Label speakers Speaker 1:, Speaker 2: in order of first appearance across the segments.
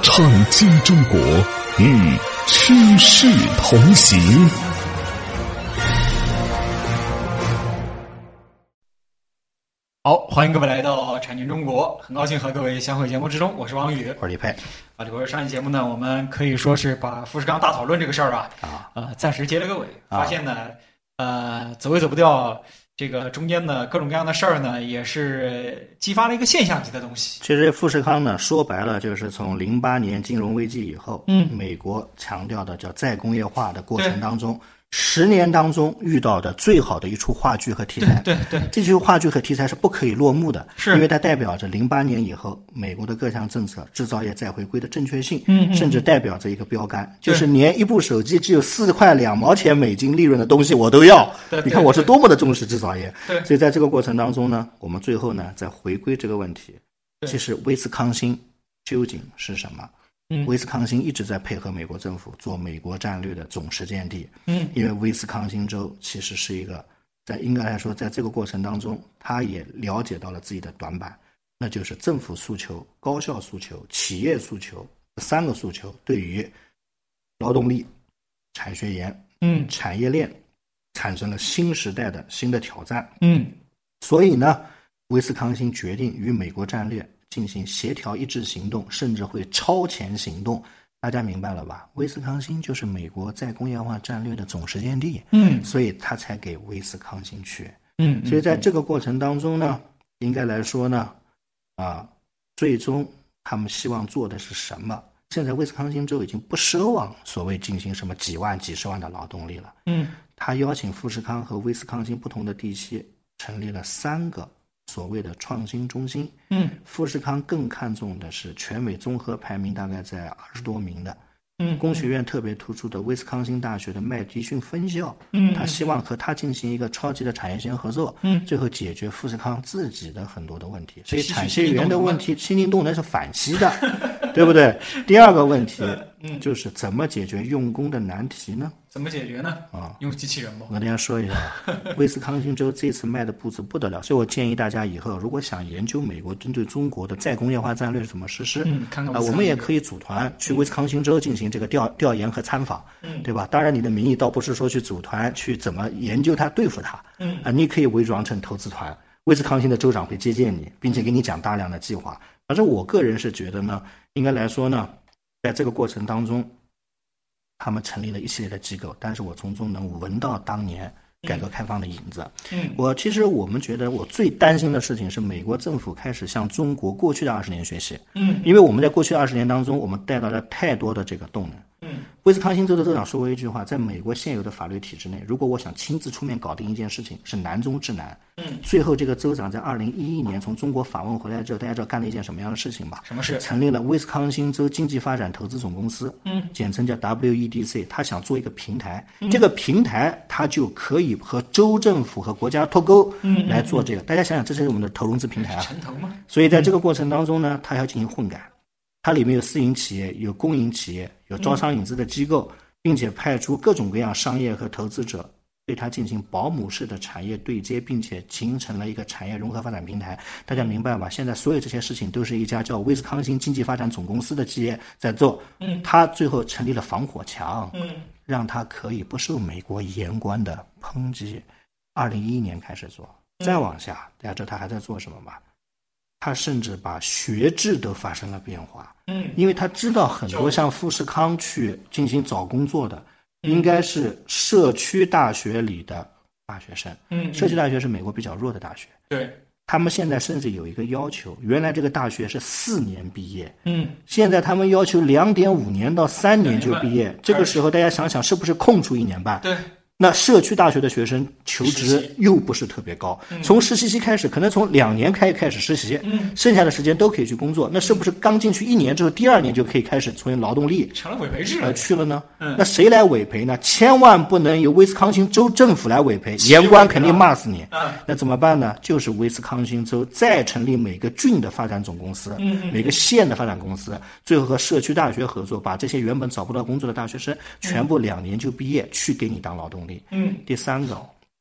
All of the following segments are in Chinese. Speaker 1: 创新中国与趋势同行。
Speaker 2: 好，欢迎各位来到《产经中国》，很高兴和各位相会节目之中，我是王宇。
Speaker 3: 我是李佩，
Speaker 2: 啊，这个上一节目呢，我们可以说是把富士康大讨论这个事儿啊，
Speaker 3: 啊，
Speaker 2: 呃，暂时结了个尾，
Speaker 3: 啊
Speaker 2: 发现呢，呃，走也走不掉，这个中间的各种各样的事儿呢，也是激发了一个现象级的东西。
Speaker 3: 其实富士康呢，说白了就是从零八年金融危机以后，
Speaker 2: 嗯
Speaker 3: 美国强调的叫再工业化的过
Speaker 2: 对
Speaker 3: 程当中，十年当中遇到的最好的一出话剧和题材。
Speaker 2: 对对，
Speaker 3: 这句话剧和题材是不可以落幕的，
Speaker 2: 是
Speaker 3: 因为它代表着零八年以后美国的各项政策、制造业再回归的正确性，
Speaker 2: 嗯嗯
Speaker 3: 甚至代表着一个标杆，
Speaker 2: 对
Speaker 3: 就是连一部手机只有四块两毛钱美金利润的东西我都要
Speaker 2: 对。
Speaker 3: 你看
Speaker 2: 对
Speaker 3: 我是多么的重视制造业。
Speaker 2: 对
Speaker 3: 所以在这个过程当中呢，我们最后呢再回归这个问题，
Speaker 2: 对
Speaker 3: 其实威斯康星究竟是什么？
Speaker 2: 嗯
Speaker 3: 威斯康星一直在配合美国政府做美国战略的总实践地。
Speaker 2: 嗯，
Speaker 3: 因为威斯康星州其实是一个在应该来说，在这个过程当中，他也了解到了自己的短板，那就是政府诉求、高校诉求、企业诉求三个诉求对于劳动力、产学研、
Speaker 2: 嗯
Speaker 3: 产业链产生了新时代的新的挑战。
Speaker 2: 嗯
Speaker 3: 所以呢，威斯康星决定与美国战略进行协调一致行动，甚至会超前行动。大家明白了吧？威斯康星就是美国再工业化战略的总实践地，
Speaker 2: 嗯
Speaker 3: 所以他才给威斯康星去。
Speaker 2: 嗯，
Speaker 3: 所以在这个过程当中呢，应该来说呢，啊，最终他们希望做的是什么？现在威斯康星州已经不奢望所谓进行什么几万、几十万的劳动力了，
Speaker 2: 嗯
Speaker 3: 他邀请富士康和威斯康星不同的地区成立了三个所谓的创新中心。
Speaker 2: 嗯
Speaker 3: 富士康更看重的是全美综合排名大概在二十多名的
Speaker 2: 嗯，
Speaker 3: 工学院特别突出的威斯康星大学的麦迪逊分校，
Speaker 2: 嗯
Speaker 3: 他希望和他进行一个超级的产业链合作，
Speaker 2: 嗯
Speaker 3: 最后解决富士康自己的很多的问题，所以
Speaker 2: 吸取
Speaker 3: 产
Speaker 2: 新
Speaker 3: 业
Speaker 2: 进
Speaker 3: 园的
Speaker 2: 动能
Speaker 3: 问题，新进动能是反吸 的，对不对？第二个问题
Speaker 2: 嗯
Speaker 3: 就是怎么解决用工的难题呢？
Speaker 2: 怎么解决呢？
Speaker 3: 啊，
Speaker 2: 用机器人吗
Speaker 3: 我？跟大家说一下啊，威斯康星州这次迈的步子不得了，所以我建议大家以后如果想研究美国针对中国的再工业化战略是怎么实施，
Speaker 2: 嗯看看威斯
Speaker 3: 啊，
Speaker 2: 康星
Speaker 3: 我们也可以组团去威斯康星州进行这个调调研和参访，
Speaker 2: 嗯
Speaker 3: 对吧？当然，你的名义倒不是说去组团去怎么研究它、对付它，
Speaker 2: 嗯
Speaker 3: 啊，你可以伪装成投资团，威斯康星的州长会接见你，并且给你讲大量的计划。反正我个人是觉得呢，应该来说呢，在这个过程当中，他们成立了一系列的机构，但是我从中能闻到当年改革开放的影子。
Speaker 2: 嗯
Speaker 3: 我其实我们觉得，我最担心的事情是美国政府开始向中国过去的二十年学习，
Speaker 2: 嗯
Speaker 3: 因为我们在过去二十年当中，我们带到了太多的这个动能。
Speaker 2: 嗯
Speaker 3: 威斯康星州的州长说过一句话：在美国现有的法律体制内，如果我想亲自出面搞定一件事情，是难中之难。
Speaker 2: 嗯，
Speaker 3: 最后这个州长在二零一一年从中国访问回来之后，大家知道干了一件什么样的事情吧？
Speaker 2: 什么事
Speaker 3: 成立了威斯康星州经济发展投资总公司，
Speaker 2: 嗯，
Speaker 3: 简称叫 WEDC。他想做一个平台，这个平台它就可以和州政府和国家脱钩，嗯，来做这个。大家想想，这是我们的投融资平台啊。
Speaker 2: 陈腾吗？
Speaker 3: 所以在这个过程当中呢，它要进行混改，它里面有私营企业、有公营企业、有招商引资的机构，并且派出各种各样商业和投资者对它进行保姆式的产业对接，并且形成了一个产业融合发展平台。大家明白吧？现在所有这些事情都是一家叫威斯康星经济发展总公司的企业在做，嗯，它最后成立了防火墙，
Speaker 2: 嗯
Speaker 3: 让它可以不受美国言官的抨击。二零一一年开始做，再往下，大家知道他还在做什么吗？他甚至把学制都发生了变化，
Speaker 2: 嗯
Speaker 3: 因为他知道很多像富士康去进行找工作的，应该是社区大学里的大学生。
Speaker 2: 嗯，
Speaker 3: 社区大学是美国比较弱的大学，
Speaker 2: 对，
Speaker 3: 他们现在甚至有一个要求，原来这个大学是四年毕业，
Speaker 2: 嗯
Speaker 3: 现在他们要求两点五年到三年就毕
Speaker 2: 两年
Speaker 3: 业
Speaker 2: 半。
Speaker 3: 这个时候，大家想想是不是空出一年半？
Speaker 2: 对，
Speaker 3: 那社区大学的学生求
Speaker 2: 实
Speaker 3: 职
Speaker 2: 习嗯
Speaker 3: 又不是特别高，从实习期开始，可能从两年开开始实习，剩下的时间都可以去工作。那是不是刚进去一年之后，第二年就可以开始从劳动力
Speaker 2: 成了嗯委培制
Speaker 3: 呃
Speaker 2: 了。
Speaker 3: 去了呢？那谁来委培呢？千万不能由威斯康星州政府来委培，言官肯
Speaker 2: 啊
Speaker 3: 定骂死你。
Speaker 2: 嗯
Speaker 3: 那怎么办呢？就是威斯康星州再成立每个郡的发展总公司，
Speaker 2: 嗯
Speaker 3: 每个县的发展公司，最后和社区大学合作，把这些原本找不到工作的大学生全部两年就毕业，去给你当劳动力。
Speaker 2: 嗯，
Speaker 3: 第三个，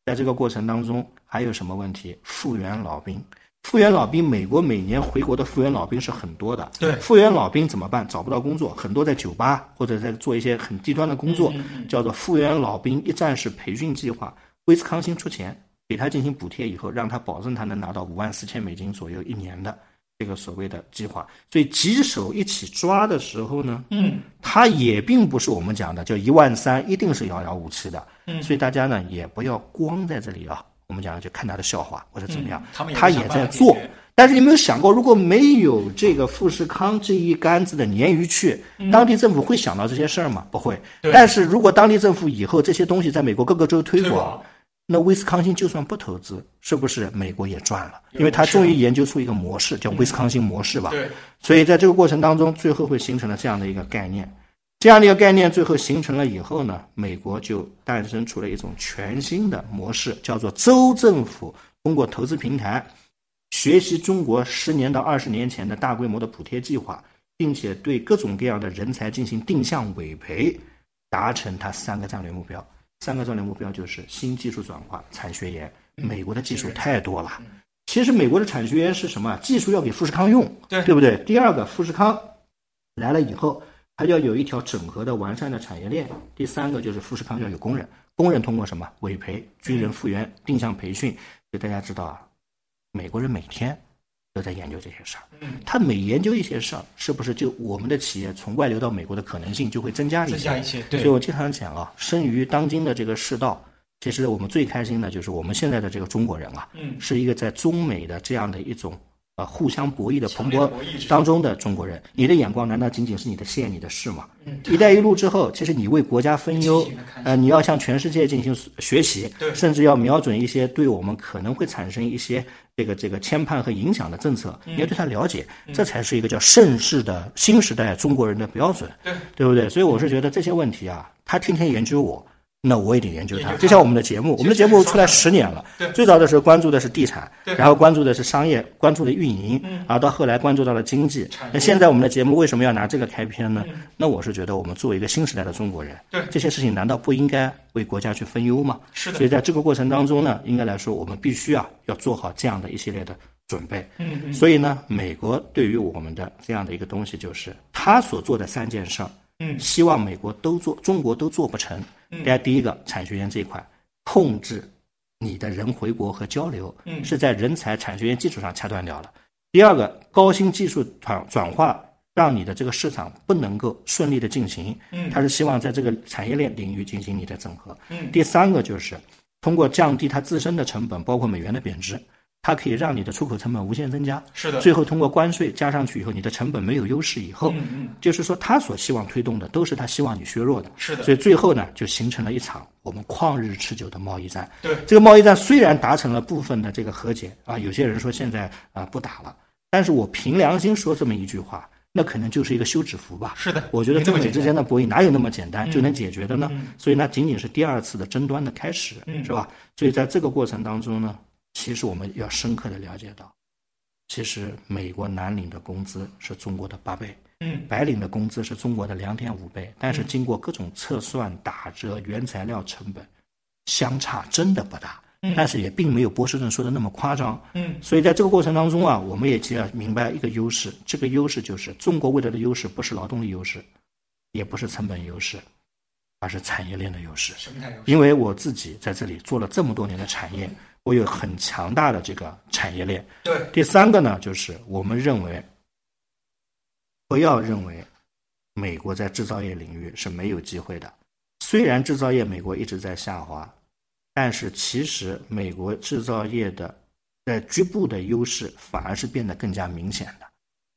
Speaker 3: 在这个过程当中还有什么问题？复员老兵。复员老兵，美国每年回国的复员老兵是很多的。
Speaker 2: 对
Speaker 3: 复员老兵怎么办？找不到工作，很多在酒吧或者在做一些很低端的工作，叫做复员老兵一站式培训计划。威斯康星出钱给他进行补贴以后，让他保证他能拿到五万四千美金左右一年的这个所谓的计划。所以棘手一起抓的时候呢，
Speaker 2: 嗯，
Speaker 3: 它也并不是我们讲的，就一万三一定是遥遥无期的。
Speaker 2: 嗯
Speaker 3: 所以大家呢也不要光在这里啊，我们讲的就看他的笑话或者怎么样
Speaker 2: 嗯，他们也
Speaker 3: 他
Speaker 2: 想
Speaker 3: 也
Speaker 2: 办
Speaker 3: 在
Speaker 2: 法解
Speaker 3: 做
Speaker 2: 决。
Speaker 3: 但是你有没有想过，如果没有这个富士康这一竿子的鲶鱼去，当地政府会想到这些事儿吗？不会。
Speaker 2: 嗯对
Speaker 3: 但是如果当地政府以后这些东西在美国各个州推
Speaker 2: 推
Speaker 3: 广
Speaker 2: 广，
Speaker 3: 那威斯康星就算不投资，是不是美国也赚了？因为
Speaker 2: 啊
Speaker 3: 他终于研究出一个模式，叫威斯康星模式吧。
Speaker 2: 对，
Speaker 3: 所以在这个过程当中，最后会形成了这样的一个概念。这样的一个概念最后形成了以后呢，美国就诞生出了一种全新的模式，叫做州政府通过投资平台，学习中国十年到二十年前的大规模的补贴计划，并且对各种各样的人才进行定向委培，达成它三个战略目标。三个战略目标就是新技术转化、产学研。美国的技术太多了，其实美国的产学研是什么？技术要给富士康用，
Speaker 2: 对
Speaker 3: 不对？第二个，富士康来了以后，它要有一条整合的、完善的产业链。第三个就是富士康要有工人，工人通过什么委培、军人复员、定向培训。所以大家知道啊，美国人每天都在研究这些事儿。
Speaker 2: 嗯
Speaker 3: 他每研究一些事儿，是不是就我们的企业从外流到美国的可能性就会增加一些？
Speaker 2: 增加一些对
Speaker 3: 所以我经常讲啊，生于当今的这个世道，其实我们最开心的就是我们现在的这个中国人啊，
Speaker 2: 嗯
Speaker 3: 是一个在中美的这样的一种呃互相博弈的蓬
Speaker 2: 烈的
Speaker 3: 勃
Speaker 2: 博弈之中
Speaker 3: 当中的中国人。你的眼光难道仅仅是你的县、你的市吗？
Speaker 2: 嗯
Speaker 3: 一带一路之后，其实你为国家分忧
Speaker 2: 积极地看，
Speaker 3: 呃，你要向全世界进行学习，
Speaker 2: 对
Speaker 3: 甚至要瞄准一些对我们可能会产生一些这个这个牵绊和影响的政策，
Speaker 2: 嗯
Speaker 3: 你要对它了解，这才是一个叫盛世的新时代中国人的标准，
Speaker 2: 对
Speaker 3: 对不对？所以我是觉得这些问题啊，他天天研究我。那我也得研究
Speaker 2: 研
Speaker 3: 它，
Speaker 2: 究它
Speaker 3: 就像我们的节目，我们的节目出来十年了
Speaker 2: 对。
Speaker 3: 最早的时候关注的是地产，
Speaker 2: 对嗯
Speaker 3: 然后关注的是商业，关注的运营，而到后来关注到了经济。那现在我们的节目为什么要拿这个开篇呢？那我是觉得我们作为一个新时代的中国人，
Speaker 2: 嗯对
Speaker 3: 这些事情难道不应该为国家去分忧吗？
Speaker 2: 是的
Speaker 3: 所以在这个过程当中呢，应该来说，我们必须啊要做好这样的一系列的准备。
Speaker 2: 嗯嗯
Speaker 3: 所以呢，美国对于我们的这样的一个东西，就是他所做的三件事儿，
Speaker 2: 嗯
Speaker 3: 希望美国都做，中国都做不成。大家第一个产学研这一块，控制你的人回国和交流，
Speaker 2: 嗯
Speaker 3: 是在人才产学研基础上掐断掉了。第二个，高新技术转转化，让你的这个市场不能够顺利的进行，
Speaker 2: 嗯
Speaker 3: 它是希望在这个产业链领域进行你的整合。
Speaker 2: 嗯
Speaker 3: 第三个就是通过降低它自身的成本，包括美元的贬值，它可以让你的出口成本无限增加。
Speaker 2: 是的
Speaker 3: 最后通过关税加上去以后，你的成本没有优势以后，
Speaker 2: 嗯嗯
Speaker 3: 就是说他所希望推动的都是他希望你削弱的。
Speaker 2: 是的
Speaker 3: 所以最后呢，就形成了一场我们旷日持久的贸易战。
Speaker 2: 对
Speaker 3: 这个贸易战虽然达成了部分的这个和解啊，有些人说现在啊、不打了，但是我凭良心说这么一句话，那可能就是一个休止符吧。
Speaker 2: 是的
Speaker 3: 我觉得
Speaker 2: 没那
Speaker 3: 中
Speaker 2: 么
Speaker 3: 美
Speaker 2: 简单嗯
Speaker 3: 之间的博弈哪有那么简单就能解决的呢？所以那仅仅是第二次的争端的开始，
Speaker 2: 嗯
Speaker 3: 是吧？所以在这个过程当中呢，其实我们要深刻的了解到，其实美国蓝领的工资是中国的八倍。
Speaker 2: 嗯
Speaker 3: 白领的工资是中国的两点五倍，但是经过各种测算、打折、原材料成本，相差真的不大，但是也并没有波士顿说的那么夸张。
Speaker 2: 嗯
Speaker 3: 所以在这个过程当中啊，我们也就要明白一个优势，这个优势就是中国未来的优势不是劳动力优势，也不是成本优势，而是产业链的优势。
Speaker 2: 什么态度？
Speaker 3: 因为我自己在这里做了这么多年的产业，我有很强大的这个产业链。
Speaker 2: 对，
Speaker 3: 第三个呢，就是我们认为，不要认为美国在制造业领域是没有机会的。虽然制造业美国一直在下滑，但是其实美国制造业的在局部的优势反而是变得更加明显的。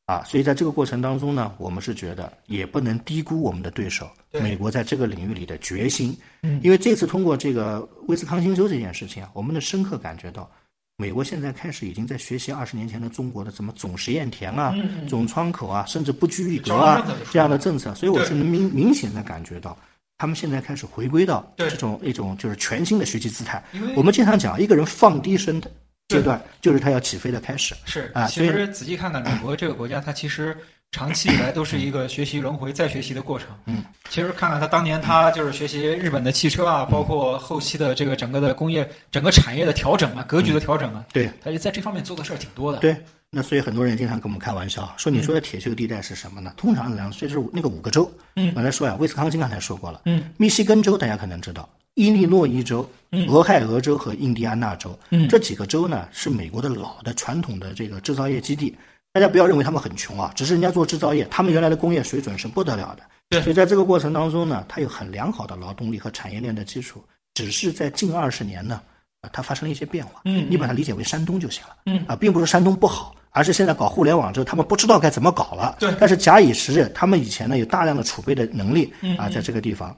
Speaker 3: 啊，所以在这个过程当中呢，我们是觉得也不能低估我们的对手
Speaker 2: 对
Speaker 3: 美国在这个领域里的决心
Speaker 2: 嗯，
Speaker 3: 因为这次通过这个威斯康星州这件事情啊，我们能深刻感觉到，美国现在开始已经在学习二十年前的中国的什么总实验田啊、
Speaker 2: 嗯
Speaker 3: 总窗口啊，甚至不拘一格
Speaker 2: 招商
Speaker 3: 啊
Speaker 2: 政策就是
Speaker 3: 这样的政策，所以我是能明明显的感觉到。他们现在开始回归到
Speaker 2: 对
Speaker 3: 这种一种就是全新的学习姿态
Speaker 2: 因为。
Speaker 3: 我们经常讲，一个人放低身的
Speaker 2: 对
Speaker 3: 阶段，就是他要起飞的开始。
Speaker 2: 是
Speaker 3: 啊，
Speaker 2: 其
Speaker 3: 所以
Speaker 2: 实仔细看看，美国这个国家，它其实长期以来都是一个学习轮回、再学习的过程。
Speaker 3: 嗯，
Speaker 2: 其实看看它当年，它就是学习日本的汽车啊，包括后期的这个整个的工业、整个产业的调整啊、格局的调整啊，
Speaker 3: 对，
Speaker 2: 它就在这方面做的事儿挺多的。，
Speaker 3: 对，那所以很多人经常跟我们开玩笑啊说，你说的铁锈地带是什么呢？通常两所以就是那个五个州。
Speaker 2: 嗯
Speaker 3: 我来说呀，威斯康星刚才说过了，
Speaker 2: 嗯，
Speaker 3: 密西根州大家可能知道，伊利诺伊州、
Speaker 2: 嗯
Speaker 3: 俄亥俄州和印第安纳州，
Speaker 2: 嗯
Speaker 3: 这几个州呢是美国的老的传统的这个制造业基地。大家不要认为他们很穷啊，只是人家做制造业，他们原来的工业水准是不得了的。
Speaker 2: 对
Speaker 3: 所以在这个过程当中呢，它有很良好的劳动力和产业链的基础，只是在近二十年呢，呃它发生了一些变化。
Speaker 2: 嗯
Speaker 3: 你把它理解为山东就行了。
Speaker 2: 嗯
Speaker 3: 啊，并不是山东不好，而是现在搞互联网之后，他们不知道该怎么搞了。
Speaker 2: 对
Speaker 3: 但是假以时日，他们以前呢有大量的储备的能力
Speaker 2: 嗯
Speaker 3: 啊，在这个地方。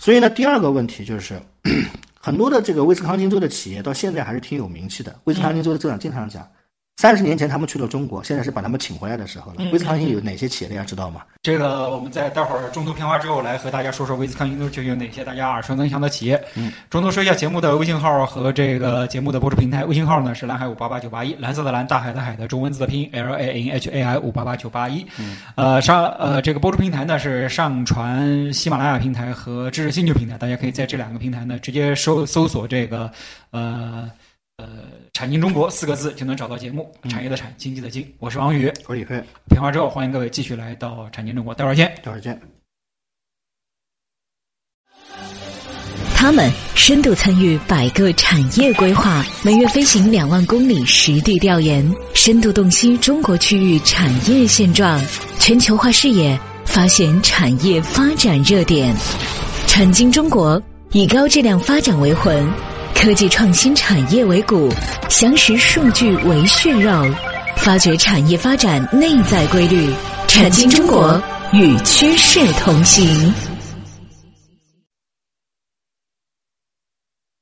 Speaker 3: 所以呢，第二个问题就是，很多的这个威斯康星州的企业到现在还是挺有名气的。威斯康星州的州长经常讲。三十年前他们去了中国，现在是把他们请回来的时候了。
Speaker 2: 嗯
Speaker 3: 威斯康星有哪些企业大家知道吗？
Speaker 2: 这个我们在待会儿中途片花之后来和大家说说威斯康星州究竟有哪些大家耳熟能详的企业。嗯，中途说一下节目的微信号和这个节目的播出平台。微信号呢是蓝海五八八九八一，蓝色的蓝，大海的海的中文字的拼音 L A N H A I 五八八九八一。嗯，呃上呃这个播出平台呢是上传喜马拉雅平台和知识星球平台，大家可以在这两个平台呢直接搜搜索这个呃。呃，产经中国四个字就能找到节目，产业的产，经济的经。我是王宇，
Speaker 3: 我李飞，
Speaker 2: 片花之后，欢迎各位继续来到产经中国，待会儿见。
Speaker 3: 待会儿见。
Speaker 4: 他们深度参与百个产业规划，每月飞行两万公里实地调研，深度洞悉中国区域产业现状，全球化视野，发现产业发展热点。产经中国以高质量发展为魂，科技创新产业为骨，详实数据为血肉，发掘产业发展内在规律。产经中国与趋势同行。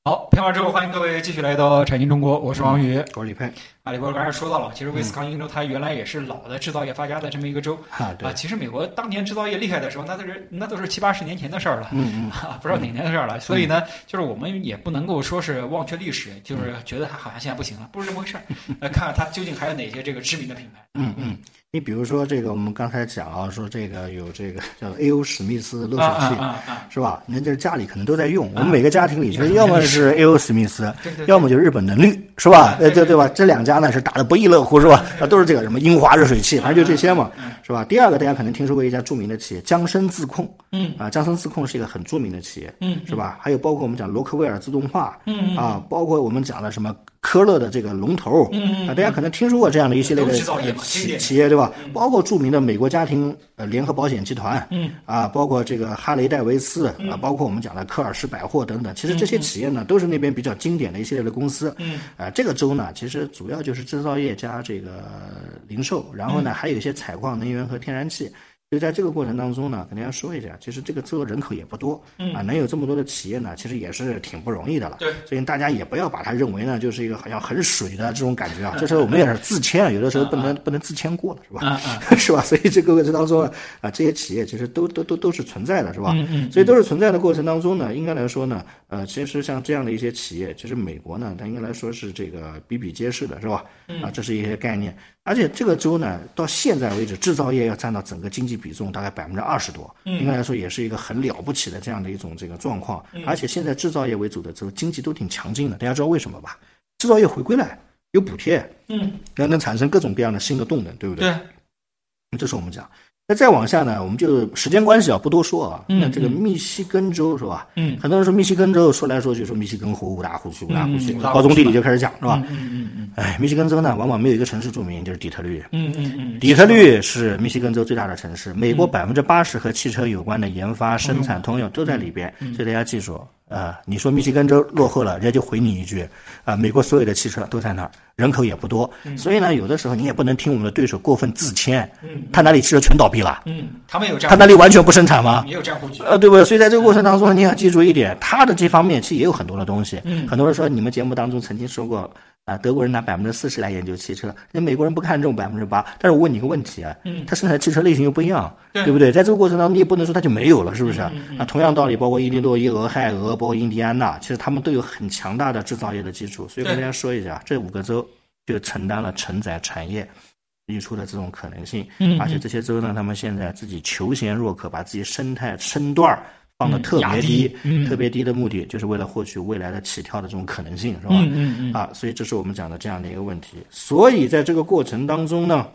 Speaker 2: 好，片完之后，欢迎各位继续来到产经中国，我是王宇。
Speaker 3: 我是李飞。
Speaker 2: 啊，李博刚才说到了，其实威斯康星州它原来也是老的制造业发家的这么一个州。
Speaker 3: 啊，对
Speaker 2: 啊，，其实美国当年制造业厉害的时候，那都是那都是七八十年前的事儿了，
Speaker 3: 嗯
Speaker 2: 啊，不知道哪年的事儿了。所以呢，就是我们也不能够说是忘却历史，就是觉得它好像现在不行了，不是这么回事儿。呃，看看它究竟还有哪些这个知名的品牌。
Speaker 3: 嗯嗯。你比如说这个，我们刚才讲啊，说这个有这个叫 A.O. 史密斯热
Speaker 2: 啊
Speaker 3: 水器，
Speaker 2: 啊啊啊！
Speaker 3: 是吧？人家家里可能都在用，我们每个家庭里其实要么是 A.O. 史密斯
Speaker 2: 对对，对
Speaker 3: 要么就日本能绿，是吧？
Speaker 2: 对
Speaker 3: 呃，
Speaker 2: 对
Speaker 3: 对对吧？这两家呢是打得不亦乐乎，是吧？啊，都是这个什么樱花热水器，反正就这些嘛，
Speaker 2: 嗯
Speaker 3: 是吧？第二个大家可能听说过一家著名的企业江生自控，
Speaker 2: 嗯
Speaker 3: 啊，江生自控是一个很著名的企业，
Speaker 2: 嗯
Speaker 3: 是吧？还有包括我们讲罗克威尔自动化，
Speaker 2: 嗯
Speaker 3: 啊，包括我们讲的什么科勒的这个龙头，
Speaker 2: 嗯嗯
Speaker 3: 啊，大家可能听说过这样的一系列的
Speaker 2: 都是制造业嘛
Speaker 3: 呃
Speaker 2: 经
Speaker 3: 企
Speaker 2: 典的
Speaker 3: 企业，对吧？包括著名的美国家庭呃联合保险集团，
Speaker 2: 嗯
Speaker 3: 啊，包括这个哈雷戴维斯啊，包括我们讲的科尔士百货等等，其实这些企业呢，都是那边比较经典的一系列的公司。
Speaker 2: 嗯，
Speaker 3: 啊，这个州呢，其实主要就是制造业加这个零售，然
Speaker 2: 嗯
Speaker 3: 后呢，还有一些采矿、能源和天然气。所以在这个过程当中呢，跟大家说一下，其实这个州人口也不多，
Speaker 2: 嗯
Speaker 3: 啊，能有这么多的企业呢，其实也是挺不容易的了。
Speaker 2: 对
Speaker 3: 所以大家也不要把它认为呢，就是一个好像很水的这种感觉啊。这时候我们也是自谦啊，有的时候不能不能自谦过了，是吧？
Speaker 2: 啊啊
Speaker 3: 是吧？所以这个过程当中啊，啊，这些企业其实都都都都是存在的，是吧？所以都是存在的过程当中呢，应该来说呢，呃，其实像这样的一些企业，其实美国呢，它应该来说是这个比比皆是的，是吧？啊，这是一些概念。而且这个州呢，到现在为止，制造业要占到整个经济比重大概百分之二十多，应该来说也是一个很了不起的这样的一种这个状况。而且现在制造业为主的州，经济都挺强劲的，大家知道为什么吧？制造业回归了，有补贴，
Speaker 2: 嗯，
Speaker 3: 那能产生各种各样的新的动能，对不
Speaker 2: 对，
Speaker 3: 这是我们讲。那再往下呢，我们就时间关系啊，不多说啊。
Speaker 2: 嗯
Speaker 3: 那这个密西根州是吧？
Speaker 2: 嗯
Speaker 3: 很多人说密西根州，说来说去说密西根湖五大湖区五大湖区，
Speaker 2: 嗯五大湖
Speaker 3: 高中地理就开始讲是吧？
Speaker 2: 嗯嗯
Speaker 3: 哎，密西根州呢，往往没有一个城市著名，就是底特律。
Speaker 2: 嗯嗯嗯
Speaker 3: 底特律是密西根州最大的城市，美国百分之八十和汽车有关的研发、生产、通用都在里边，所以大家记住啊、你说密西根州落后了，人家就回你一句啊、美国所有的汽车都在那儿，人口也不多，所以呢，有的时候你也不能听我们的对手过分自谦，他哪里汽车全倒闭了，
Speaker 2: 嗯，他们有这
Speaker 3: 他
Speaker 2: 样，
Speaker 3: 哪里完全不生产吗？
Speaker 2: 也有这样布局。
Speaker 3: 呃，对不对？所以在这个过程当中，你要记住一点，他的这方面其实也有很多的东西。
Speaker 2: 嗯
Speaker 3: 很多人说你们节目当中曾经说过，啊、德国人拿百分之四十来研究汽车，那美国人不看重百分之八。但是我问你一个问题啊，
Speaker 2: 嗯
Speaker 3: 他生产的汽车类型又不一样，
Speaker 2: 对嗯
Speaker 3: 不对？在这个过程当中，你也不能说他就没有了，是不是？啊，同样道理，包括伊利诺伊、俄亥俄，包括印第安纳，其实他们都有很强大的制造业的基础。所以跟
Speaker 2: 对
Speaker 3: 大家说一下，这五个州就承担了承载产业。溢出的这种可能性。
Speaker 2: 嗯
Speaker 3: 而且
Speaker 2: 嗯
Speaker 3: 这些州呢，他们现在自己求贤若渴，把自己生态身段儿放的特
Speaker 2: 压
Speaker 3: 别
Speaker 2: 低
Speaker 3: 低，
Speaker 2: 嗯
Speaker 3: 特别低的目的就是为了获取未来的起跳的这种可能性，是吧？
Speaker 2: 嗯嗯嗯，
Speaker 3: 啊，所以这是我们讲的这样的一个问题。所以在这个过程当中呢，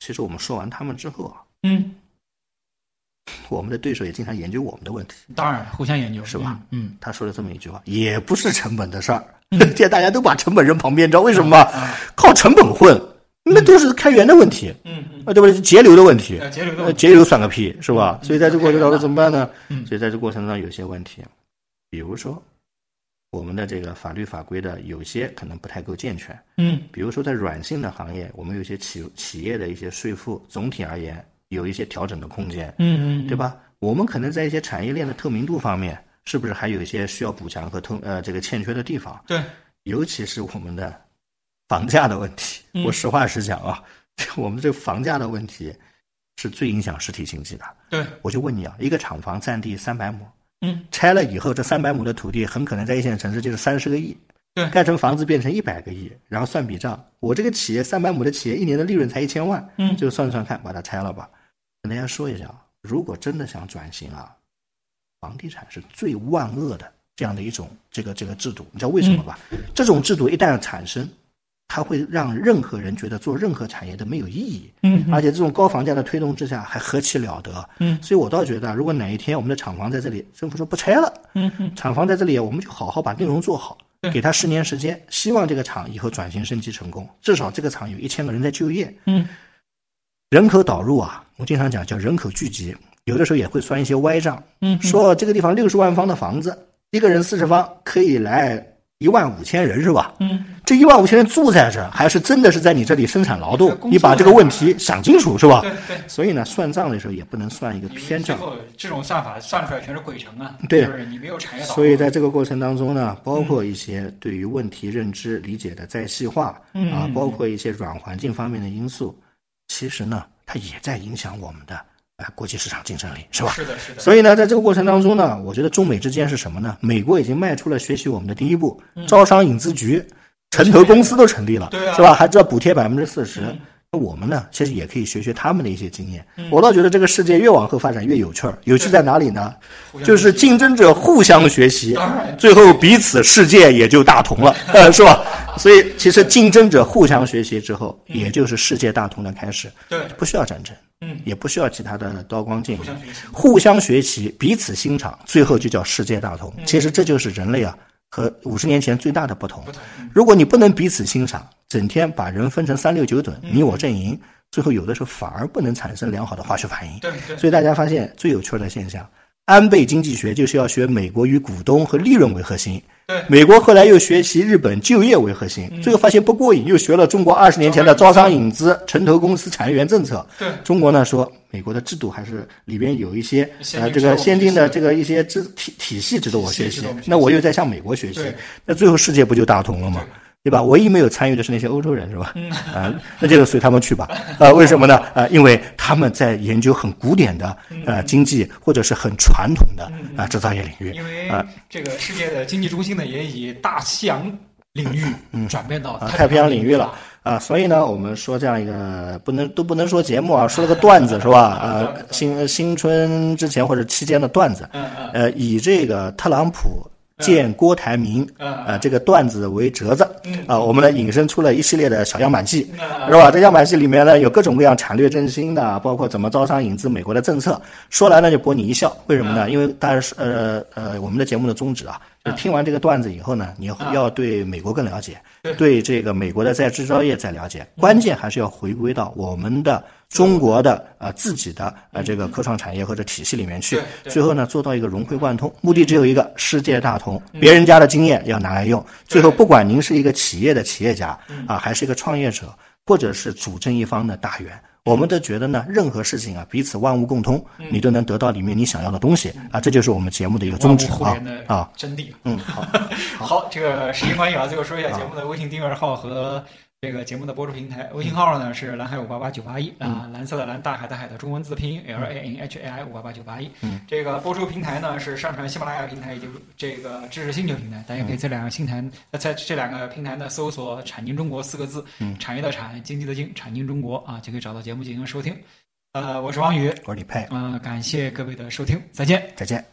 Speaker 3: 其实我们说完他们之后啊，
Speaker 2: 嗯，
Speaker 3: 我们的对手也经常研究我们的问题。
Speaker 2: 当然了，互相研究
Speaker 3: 是吧？
Speaker 2: 嗯，
Speaker 3: 他说了这么一句话，也不是成本的事儿。 现在大家都把成本扔旁边，你知道为什么吗？靠成本混，那都是开源的问题。
Speaker 2: 嗯嗯
Speaker 3: 啊，对不对？节流的问题
Speaker 2: 呃，节流的问题
Speaker 3: 呃节流算个屁，是吧？所以在这个过程当中怎么办呢？
Speaker 2: 嗯
Speaker 3: 所以在这过程当中有些问题，比如说我们的这个法律法规的有些可能不太够健全，
Speaker 2: 嗯
Speaker 3: 比如说在软性的行业，我们有一些企企业的一些税负，总体而言有一些调整的空间，
Speaker 2: 嗯嗯，
Speaker 3: 对？吧？我们可能在一些产业链的透明度方面，是不是还有一些需要补强和透呃这个欠缺的地方？
Speaker 2: 对，
Speaker 3: 尤其是我们的房价的问题。
Speaker 2: 嗯
Speaker 3: 我实话实讲啊， 我们这个房价的问题是最影响实体经济的。
Speaker 2: 对，
Speaker 3: 我就问你啊，一个厂房占地三百亩，
Speaker 2: 嗯，
Speaker 3: 拆了以后，这三百亩的土地很可能在一线城市就是三十个亿，
Speaker 2: 对
Speaker 3: 盖成房子变成一百个亿，然后算笔账，我这个企业三百亩的企业一年的利润才一千万，
Speaker 2: 嗯
Speaker 3: 就算算看，把它拆了吧。跟大家说一下啊，如果真的想转型啊，房地产是最万恶的这样的一种这个这个制度，你知道为什么吧？
Speaker 2: 嗯
Speaker 3: 这种制度一旦产生，它会让任何人觉得做任何产业都没有意义。
Speaker 2: 嗯
Speaker 3: 而且这种高房价的推动之下，还何其了得。
Speaker 2: 嗯
Speaker 3: 所以我倒觉得啊，如果哪一天我们的厂房在这里，政府说不拆了，
Speaker 2: 嗯嗯
Speaker 3: 厂房在这里，我们就好好把内容做好
Speaker 2: 对，
Speaker 3: 给他十年时间，希望这个厂以后转型升级成功，至少这个厂有一千个人在就业。
Speaker 2: 嗯
Speaker 3: 人口导入啊，我经常讲叫人口聚集，有的时候也会算一些歪账，
Speaker 2: 嗯，
Speaker 3: 说这个地方六十万方的房子，一个人四十方可以来一万五千人是吧？
Speaker 2: 嗯，
Speaker 3: 这一万五千人住在这儿，还是真的是在你这里生产劳动
Speaker 2: 这工？作
Speaker 3: 你把这个问题想清楚是吧
Speaker 2: 对？对。
Speaker 3: 所以呢，算账的时候也不能算一个偏
Speaker 2: 最
Speaker 3: 账。
Speaker 2: 后这种算法算出来全是鬼城啊！
Speaker 3: 对
Speaker 2: 就是你没有产业导入，
Speaker 3: 所以在这个过程当中呢，包括一些对于问题认知理解的再细化，
Speaker 2: 嗯
Speaker 3: 啊，包括一些软环境方面的因素，其实呢，它也在影响我们的啊国际市场竞争力，是吧？
Speaker 2: 是的，是的，
Speaker 3: 所以呢，在这个过程当中呢，我觉得中美之间是什么呢？美国已经迈出了学习我们的第一步，招商引资局、城投公司都成立了，
Speaker 2: 嗯对啊嗯
Speaker 3: 是吧？还知道补贴百分之四十。那我们呢，其实也可以学学他们的一些经验。我倒觉得这个世界越往后发展越有趣儿，有趣在哪里呢？就是竞争者互相学习
Speaker 2: 当然，
Speaker 3: 最后彼此世界也就 大同了，呃，是吧？所以其实竞争者互相学习之后，
Speaker 2: 嗯
Speaker 3: 也就是世界大同的开始。
Speaker 2: 对
Speaker 3: 不需要战争，
Speaker 2: 嗯
Speaker 3: 也不需要其他的刀光剑影
Speaker 2: 相学习，
Speaker 3: 互相学习，彼此欣赏，最后就叫世界大同。其实这就是人类啊和五十年前最大的不同。如果你不能彼此欣赏，整天把人分成三六九等，你我阵营，最后有的时候反而不能产生良好的化学反应。
Speaker 2: 对对
Speaker 3: 所以大家发现最有趣的现象。安倍经济学就是要学美国以股东和利润为核心，
Speaker 2: 对
Speaker 3: 美国后来又学习日本就业为核心，最后发现不过瘾，又学了中国二十年前的招商引资、城投公司产业园政策。
Speaker 2: 对
Speaker 3: 中国呢说美国的制度还是里边有一些
Speaker 2: 先
Speaker 3: 呃
Speaker 2: 进
Speaker 3: 这个
Speaker 2: 制度
Speaker 3: 先进的
Speaker 2: 是
Speaker 3: 这个一些制体体系值得我
Speaker 2: 体系
Speaker 3: 学
Speaker 2: 值
Speaker 3: 习
Speaker 2: 得我们，学
Speaker 3: 那
Speaker 2: 习
Speaker 3: 我又在向美国学习
Speaker 2: 对，
Speaker 3: 那最后世界不就大同了吗？对吧？唯一没有参与的是那些欧洲人，是吧？
Speaker 2: 嗯
Speaker 3: 啊，那就随他们去吧。 啊，为什么呢？啊，因为他们在研究很古典的
Speaker 2: 嗯
Speaker 3: 呃经济，或者是很传统的啊制造业领域。
Speaker 2: 因为这个世界的经济中心呢，也以大西洋领域转变到
Speaker 3: 啊，太平洋领域了
Speaker 2: 了。
Speaker 3: 啊，所以呢，我们说这样一个不能都不能说节目啊，说了个段子是吧？ 啊，新新春之前或者期间的段子，呃，以这个特朗普见郭台铭，
Speaker 2: 嗯
Speaker 3: 呃，这个段子为折子，啊，我们呢引申出了一系列的小样板戏，
Speaker 2: 嗯
Speaker 3: 是吧？这样板戏里面呢有各种各样产略振兴的，包括怎么招商引资美国的政策，说来呢就博你一笑，为什
Speaker 2: 嗯
Speaker 3: 么呢？因为大家是呃呃，我们的节目的宗旨啊，就听完这个段子以后呢，你
Speaker 2: 嗯
Speaker 3: 要要对美国更了解， 对这个美国的在制造业再了解，关键还是要回归到我们的。中国的啊、呃、自己的呃这个科创产业或者体系里面去
Speaker 2: 对，对
Speaker 3: 最后呢做到一个融会贯通，目的只有一个世界大同，
Speaker 2: 嗯
Speaker 3: 别人家的经验要拿来用。最后，不管您是一个企业的企业家
Speaker 2: 嗯
Speaker 3: 啊，还是一个创业者，或者是主政一方的大员。我们都觉得呢，任何事情啊，彼此万物共通，
Speaker 2: 嗯
Speaker 3: 你都能得到里面你想要的东西啊，这就是我们节目的一个宗旨
Speaker 2: 万物互
Speaker 3: 啊
Speaker 2: 联的
Speaker 3: 啊，
Speaker 2: 真谛。
Speaker 3: 嗯，好，
Speaker 2: 好，这个时间关系啊，最后说一下节目的微信订阅号和这个节目的播出平台。微信号呢是蓝海五八八九八一啊，蓝色的蓝，大海的海的中文字拼音 L A N H A I 五八八九八一。这个播出平台呢是上传喜马拉雅平台以及这个知识星球平台，大家可以在两个平台，呃在这两个平台呢搜索“产经中国”四个字，产业的产，经济的经，产经中国啊，就可以找到节目进行收听。呃，我是王宇，
Speaker 3: 我是李佩，
Speaker 2: 呃，感谢各位的收听，再见。
Speaker 3: 再见。